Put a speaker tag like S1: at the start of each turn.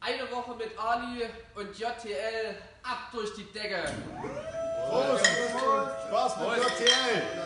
S1: Eine Woche mit Ali und JTL ab durch die Decke.
S2: Prost! Spaß mit JTL!